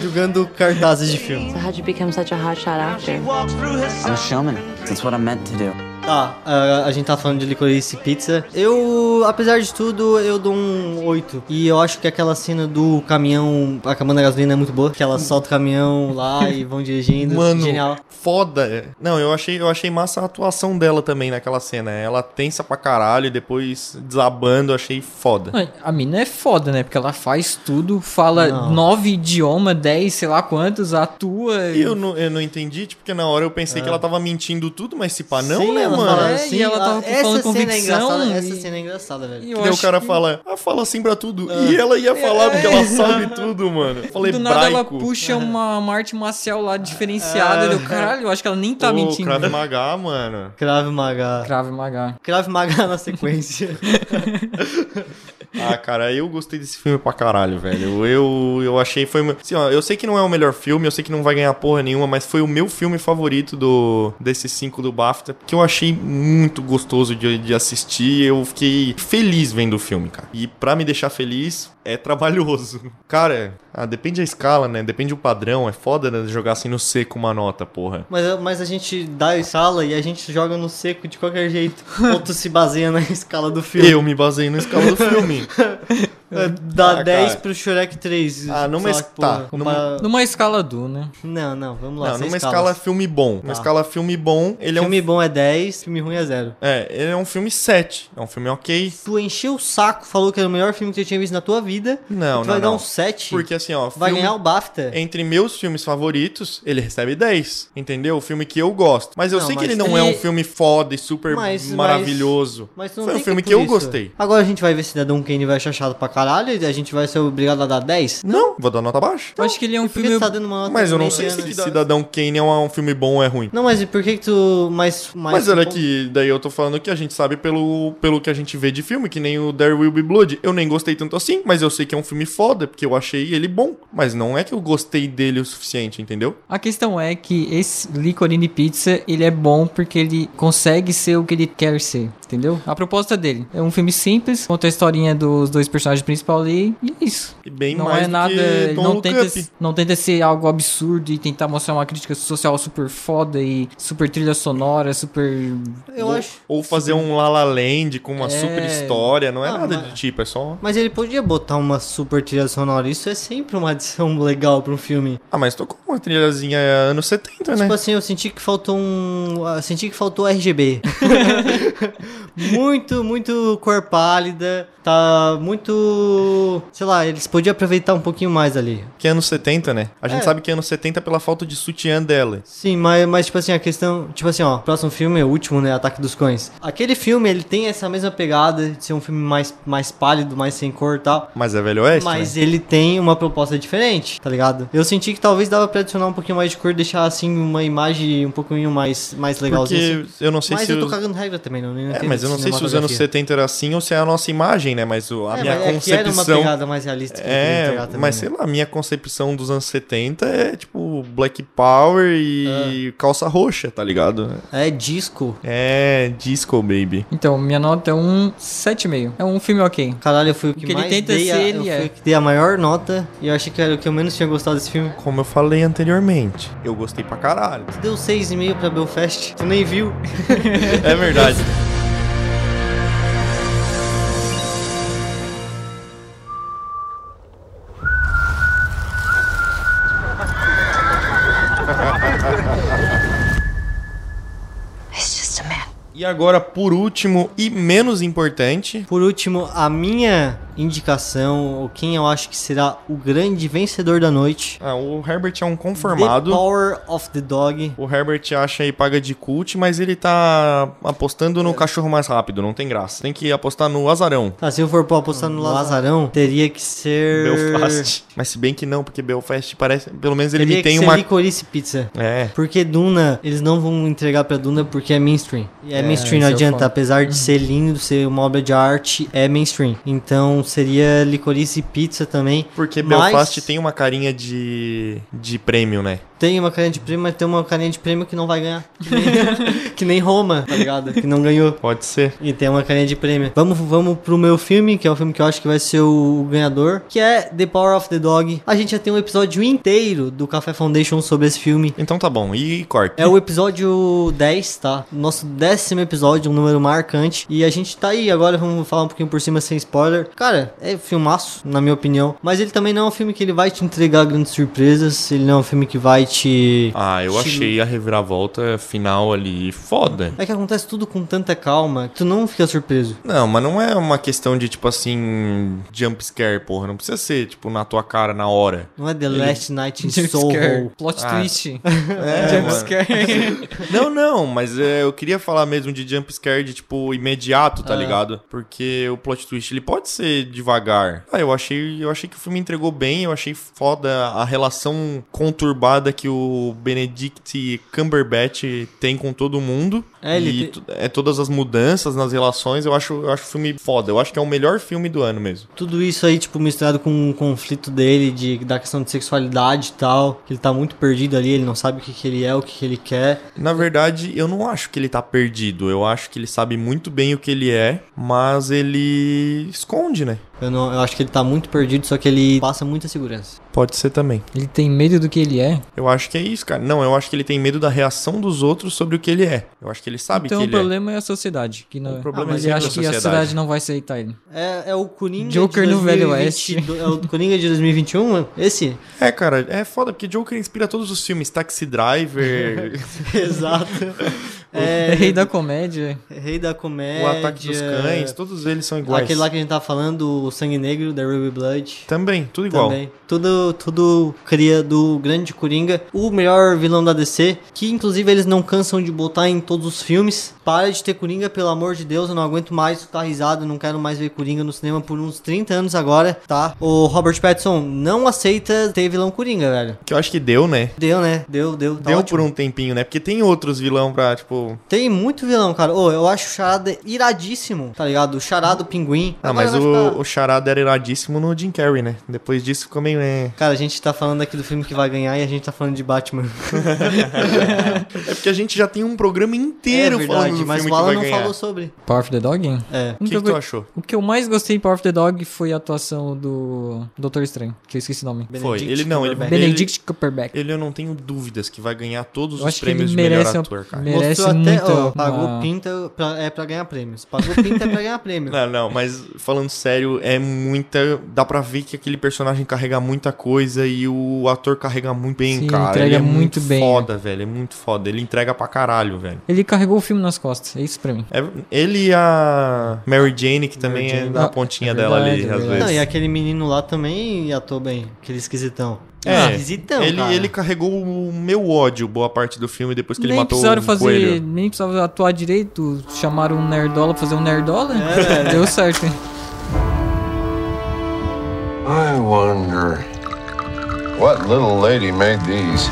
jogando cartazes de filme.
So how'd you become such a hotshot actor?
Walks through his
I'm a showman. That's what I'm meant to do.
Tá, a, a gente tá falando de licorice pizza. Eu, apesar de tudo, eu dou um 8. E eu acho que aquela cena do caminhão acabando a gasolina é muito boa. Que ela solta o caminhão lá e vão dirigindo.
Mano,
Genial.
Ah.
foda. é. Não, eu achei, eu achei massa a atuação dela também naquela cena. Ela tensa pra caralho e depois desabando, eu achei foda.
Mano, A mina é foda, né? Porque ela faz tudo, fala
Não.
nove idiomas, dez, sei lá quantos, atua.
E eu não, eu não entendi, tipo, porque na hora eu pensei que ela tava mentindo tudo, mas se pá, não,
Sim,
né,
ela
mano?
fala
É,
assim,
e ela tava
ah,
com-
essa
falando
cena é
convicção
engraçada,
e-
Essa cena é engraçada, velho.
E
Que
eu
daí o
acho
cara
que É.
fala, ah, fala assim pra tudo. E ela ia falar, porque ela sabe tudo, mano. Falei,
do nada ela
hebraico.
puxa uma, uma arte marcial lá diferenciada.
É.
Eu, caralho, eu acho que ela nem tá
Ô,
mentindo.
Krav Maga, mano.
Crave Maga.
Crave Maga.
Crave Maga na sequência.
Ah, cara, eu gostei desse filme pra caralho, velho. Eu, eu achei foi. uma- Assim, ó, eu sei que não é o melhor filme, eu sei que não vai ganhar porra nenhuma, mas foi o meu filme favorito do desses cinco do BAFTA, que eu achei muito gostoso de, de assistir. Eu fiquei feliz vendo o filme, cara. E pra me deixar feliz, é trabalhoso. Cara, ah, depende da escala, né? Depende do padrão. É foda né, jogar assim no seco uma nota, porra.
Mas, mas a gente dá a sala e a gente joga no seco de qualquer jeito. Ou tu se baseia na escala do filme.
Eu me baseei na escala do filme.
É, Dá
Ah,
10
cara.
pro Shrek 3.
Ah, numa
Só que,
es-
pô,
tá,
compara-
Numa escala do, né?
Não, não, vamos lá.
Não,
sem
numa
escalas.
escala filme bom.
Tá.
Numa escala filme bom, ele é um
filme bom é 10, filme ruim é 0.
É, ele é um filme 7. É um filme ok.
Tu encheu o saco, falou que era o melhor filme que tu tinha visto na tua vida.
Não,
tu
não,
vai dar
não.
um 7.
Porque assim, ó.
Vai ganhar um? o BAFTA.
Entre meus filmes favoritos, ele recebe 10. Entendeu? O filme que eu gosto. Mas eu
Não,
sei que
mas
ele não é
ele-
um filme foda e super
Mas- mas-
maravilhoso.
Mas tu não
Foi um
tem
filme
ir
que,
por
eu
isso.
gostei.
Agora a gente vai ver se Dadão Kane vai achar chato pra caralho e a gente vai ser obrigado a dar 10?
Não, vou dar nota baixa.
Eu acho que ele é um
Por que
filme.
tu tá dando uma nota
Mas eu não sei
mediana?
se Cidadão Kane é um um filme bom ou é ruim.
Não, mas e por que que tu... Mas, mas, é
Mas olha que daí eu tô falando que a gente sabe pelo, pelo que a gente vê de filme, que nem o There Will Be Blood. Eu nem gostei tanto assim, mas eu sei que é um filme foda, porque eu achei ele bom. Mas não é que eu gostei dele o suficiente, entendeu?
A questão é que esse Licorine Pizza, ele é bom porque ele consegue ser o que ele quer ser, entendeu? A proposta dele é um filme simples, conta a historinha dos dois personagens principais ali, e é isso.
E bem
não
mais
é
do
nada,
que
ele
Don't
não
Look
tenta,
Up.
não tenta ser algo absurdo e tentar mostrar uma crítica social super foda e super trilha sonora, super
Eu acho...
Ou fazer um La La Land com uma
É.
super história, não é
Ah,
nada
mas-
do tipo, é só...
Mas ele podia botar uma super trilha sonora. Isso é sempre uma adição legal pra um filme.
Ah, mas tocou uma trilhazinha anos 70, né?
Tipo assim, eu senti que faltou um. ah, Senti que faltou RGB. muito, muito cor pálida. Tá muito. Sei lá, eles podiam aproveitar um pouquinho mais ali.
Que é anos 70, né? A gente
É.
sabe que é anos 70 pela falta de sutiã dela.
Sim, mas, mas tipo assim, a questão. Tipo assim, ó, próximo filme é o último, né? Ataque dos Cães. Aquele filme, ele tem essa mesma pegada de ser um filme mais, mais pálido, mais sem cor e tal.
Mas é Velho Oeste,
Mas
né?
ele tem uma proposta diferente, tá ligado? Eu senti que talvez dava pra adicionar um pouquinho mais de cor, deixar assim uma imagem um pouquinho mais, mais legalzinha. assim.
Porque eu não sei
mas
se...
eu tô
os-
cagando regra também, não.
É, mas eu não sei se os anos 70 era assim ou se é a nossa imagem, né? Mas o- a minha
é que era uma
concepção...
pegada mais realista que eu queria
É,
entregar também,
mas
né?
sei lá, a minha concepção dos anos 70 é tipo Black Power e
Ah.
calça roxa, tá ligado?
É disco.
É disco, baby.
Então, minha nota é um 7,5. É um filme ok.
Caralho, eu fui o que
Porque ele
mais
tenta
dei a,
ser,
eu
ele
fui
é.
o que dei a maior nota e eu achei que era o que eu menos tinha gostado desse filme.
Como eu falei anteriormente, eu gostei pra caralho.
Tu deu 6,5 pra Belfast, tu nem viu.
É verdade.
It's just a man.
E agora, por último e menos importante,
Por último, a minha indicação, ou quem eu acho que será o grande vencedor da noite.
ah, o Herbert é um
The
conformado.
Power of the Dog.
O Herbert acha e paga de cult, mas ele tá apostando no cachorro mais rápido, não tem graça. Tem que apostar no azarão.
Tá, se eu for pra apostar no Lazarão, teria que ser.
Belfast. Mas se bem que não, porque Belfast parece. Pelo menos ele
Teria
me tem
que ser
uma.
Licorice Pizza.
É.
Porque Duna, eles não vão entregar pra Duna porque é mainstream. E é,
É,
mainstream, não
isso é
adianta.
foda.
Apesar de ser lindo, ser uma obra de arte, é mainstream. Então seria Licorice Pizza também.
Porque
Mas-
Belfast tem uma carinha de. de prêmio, né?
Tem uma carinha de prêmio, mas tem uma carinha de prêmio que não vai ganhar. Que nem, que nem Roma, tá ligado? Que não ganhou.
Pode ser.
E tem uma carinha de prêmio. Vamos, vamos pro meu filme, que é o filme que eu acho que vai ser o ganhador, que é The Power of the Dog. A gente já tem um episódio inteiro do Café Foundation sobre esse filme.
Então tá bom. E corta.
É o episódio 10, tá? Nosso décimo episódio, um número marcante. E a gente tá aí agora, vamos falar um pouquinho por cima sem spoiler. Cara, é filmaço, na minha opinião. Mas ele também não é um filme que ele vai te entregar grandes surpresas. Ele não é um filme que vai te.
Ah, eu achei a reviravolta final ali foda.
É que acontece tudo com tanta calma que tu não fica surpreso.
Não, mas não é uma questão de, tipo assim, jump scare, porra. Não precisa ser, tipo, na tua cara na hora.
Não é The
Ele-
Last Night in
Jump
Soho.
scare. Plot
Ah.
twist.
É,
Jump
mano.
scare.
Não, não, mas é, eu queria falar mesmo de jump scare de, tipo, imediato,
Ah.
tá ligado? Porque o plot twist, ele pode ser devagar. Ah, eu achei, eu achei que o filme entregou bem, eu achei foda a relação conturbada que o Benedict Cumberbatch tem com todo mundo.
É, ele
e
tem-
to- é todas as mudanças nas relações. Eu acho, eu acho o filme foda. Eu acho que é o melhor filme do ano mesmo.
Tudo isso aí, tipo, misturado com o conflito dele, de, da questão de sexualidade e tal. que Ele tá muito perdido ali, ele não sabe o que, que ele é, o que, que ele quer.
Na verdade, eu não acho que ele tá perdido. Eu acho que ele sabe muito bem o que ele é, mas ele esconde, né?
Eu, não, eu acho que ele tá muito perdido, só que ele passa muita segurança.
Pode ser também.
Ele tem medo do que ele é.
Eu acho que é isso, cara. Não, eu acho que ele tem medo da reação dos outros sobre o que ele é. Eu acho que ele sabe
Então
que
o
ele é.
problema é. a sociedade. Que não...
O problema
Ah,
é
mas ele acha
sempre a
que a sociedade
sociedade.
não vai aceitar ele.
É, é o Coringa
Joker
de
no Velho
2022 É o Coringa de 2021? Esse?
É, cara, é foda, porque Joker inspira todos os filmes. Taxi Driver,
Exato.
É, rei da comédia.
Rei da Comédia.
O Ataque dos Cães, todos eles são iguais.
Aquele lá que a gente tava falando, o Sangue Negro, da Ruby Blood.
Também, tudo igual.
Também. Tudo, tudo cria do grande Coringa, o melhor vilão da DC, que inclusive eles não cansam de botar em todos os filmes. Para de ter Coringa, pelo amor de Deus, eu não aguento mais, tá risado, não quero mais ver Coringa no cinema por uns 30 anos agora, tá? O Robert Pattinson não aceita ter vilão Coringa, velho.
Que eu acho que deu, né?
Deu, né? Deu, deu. Tá
deu
ótimo.
por um tempinho, né? Porque tem outros vilão pra, tipo...
Tem muito vilão, cara. Ô, eu acho o Charada iradíssimo, tá ligado? O Charada, o Pinguim.
Ah,
Agora
mas
vai
o,
ficar-
o Charada era iradíssimo no Jim Carrey, né? Depois disso ficou meio... É,
Cara, a gente tá falando aqui do filme que vai ganhar e a gente tá falando de Batman.
é porque a gente já tem um programa inteiro
é
falando
verdade,
do
mas
filme
o
que
Alan
vai
não
ganhar.
falou sobre.
Power of the Dog?
É.
O que, que tu achou?
O que eu mais gostei em Power of the Dog foi a atuação do Doutor Estranho, que eu esqueci o nome.
Foi. Ele não, ele...
Cumberbatch.
ele...
Benedict Cumberbatch.
Ele eu não tenho dúvidas que vai ganhar todos
Eu
os
acho que ele
prêmios de melhor
merece um uma-
ator, cara.
mere- Merece
Mostrou até,
muito
ó, pagou
uma-
pinta pra, é pra ganhar prêmios. Pagou pinta é pra ganhar prêmio.
Não, não, mas falando sério, é muita. Dá pra ver que aquele personagem carrega muita coisa e o ator carrega muito bem,
Sim,
cara.
entrega
ele é
muito bem, né?
Foda, velho. É muito foda. Ele entrega pra caralho, velho.
Ele carregou o filme nas costas, é isso pra mim.
É- ele e a Mary Jane, que também é
Jane.
da
Ah,
pontinha
é
dela ali,
verdade, é
às
verdade.
Não,
vezes.
e aquele menino lá também atuou bem, aquele esquisitão.
É,
esquisitão,
ele,
cara.
ele carregou o meu ódio boa parte do filme depois que
Nem
ele matou
precisaram
o
fazer.
coelho.
Nem precisavam atuar direito. Chamaram um nerdola pra fazer um nerdola. Deu certo.
I wonder what little lady made these.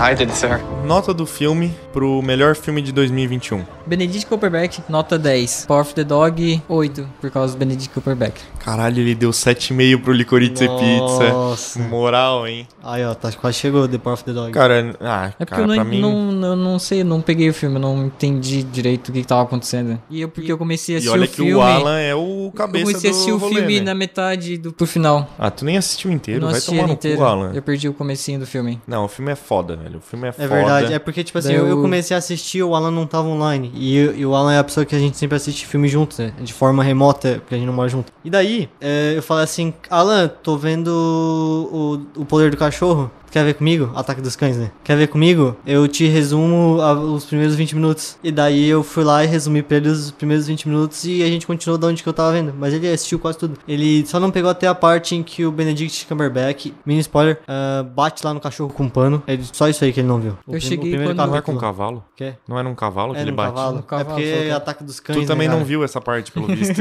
I did, sir.
Nota do filme pro melhor filme de 2021.
Benedict Cumberbatch, nota 10. Power of the Dog, 8, por causa do Benedict Cumberbatch.
Caralho, ele deu 7,5 pro Licorice
Nossa.
Pizza. Moral, hein?
Aí, ó, tá, quase chegou The Power of the Dog.
Cara, ah,
É porque
cara,
eu
pra
não,
mim.
não, não, não sei, não peguei o filme, não entendi direito o que, que tava acontecendo. E eu, porque eu comecei a
E
assistir
olha
o
que
filme...
o Alan é o
eu
cabeça
comecei a assistir
do
o
rolê,
filme
né?
na metade do, pro final.
Ah, tu nem assistiu inteiro,
não
vai
assisti
tomar
ele
no
inteiro.
cu, Alan.
Eu perdi o comecinho do filme.
Não, o filme é foda, velho. O filme é, foda.
É verdade, é porque, tipo assim,
Daí
eu, eu
o-
comecei a assistir, o Alan não tava online. E, eu- e o Alan é a pessoa que a gente sempre assiste filme juntos, né? De forma remota, porque a gente não mora junto. E daí, é, eu falei assim, Alan, tô vendo o, o Poder do Cachorro. Tu Quer ver comigo? Ataque dos Cães, né? Quer ver comigo? Eu te resumo a- os primeiros 20 minutos. E daí eu fui lá e resumi pra ele os primeiros 20 minutos e a gente continuou da onde que eu tava vendo. Mas ele assistiu quase tudo. Ele só não pegou até a parte em que o Benedict Cumberbatch, mini spoiler, ah, bate lá no cachorro com um pano. Ele, só isso aí que ele não viu. O
Eu
prim-
cheguei
o primeiro
quando-
Não é
capítulo.
com um cavalo?
Quê?
Não era um cavalo que
É,
ele
num
bate?
cavalo.
cavalo,
é porque
foi o
é
cavalo.
ataque dos
Tu
cães. né,
também não
cara?
viu essa parte, pelo visto.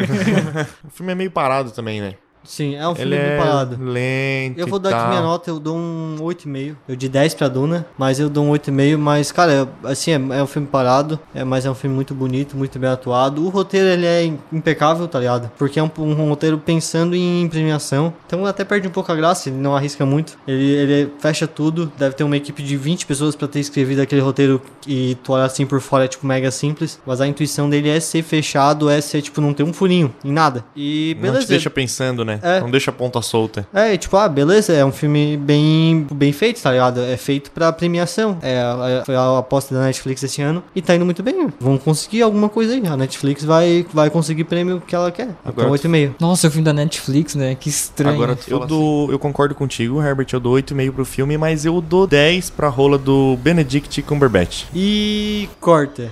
o filme é meio parado também, né?
Sim, é um filme
Ele
bem
é
parado.
lento
Eu vou
e
dar aqui
tal.
minha nota, eu dou um 8,5. Eu de 10 pra Duna, mas eu dou um 8,5. Mas, cara, é- assim, é, é um filme parado, é, mas é um filme muito bonito, muito bem atuado. O roteiro, ele é im- impecável, tá ligado? Porque é um, um roteiro pensando em premiação. Então até perde um pouco a graça, ele não arrisca muito. Ele, ele fecha tudo, deve ter uma equipe de 20 pessoas pra ter escrevido aquele roteiro e tu olha assim por fora, é tipo mega simples. Mas a intuição dele é ser fechado, é ser, tipo, não ter um furinho em nada. E
Não te
beleza.
deixa pensando, né?
É.
Não deixa a ponta solta.
É, e tipo, ah, beleza, é um filme bem, bem feito, tá ligado? É feito pra premiação. É, a- a- foi a aposta da Netflix esse ano e tá indo muito bem. Vão conseguir alguma coisa aí. A Netflix vai, vai conseguir prêmio que ela quer. então,
Agora tu-
8,5.
Nossa, o filme da Netflix, né? Que estranho.
Agora eu dou, eu concordo contigo, Herbert, eu dou 8,5 pro filme, mas eu dou 10 pra rola do Benedict Cumberbatch.
E corta.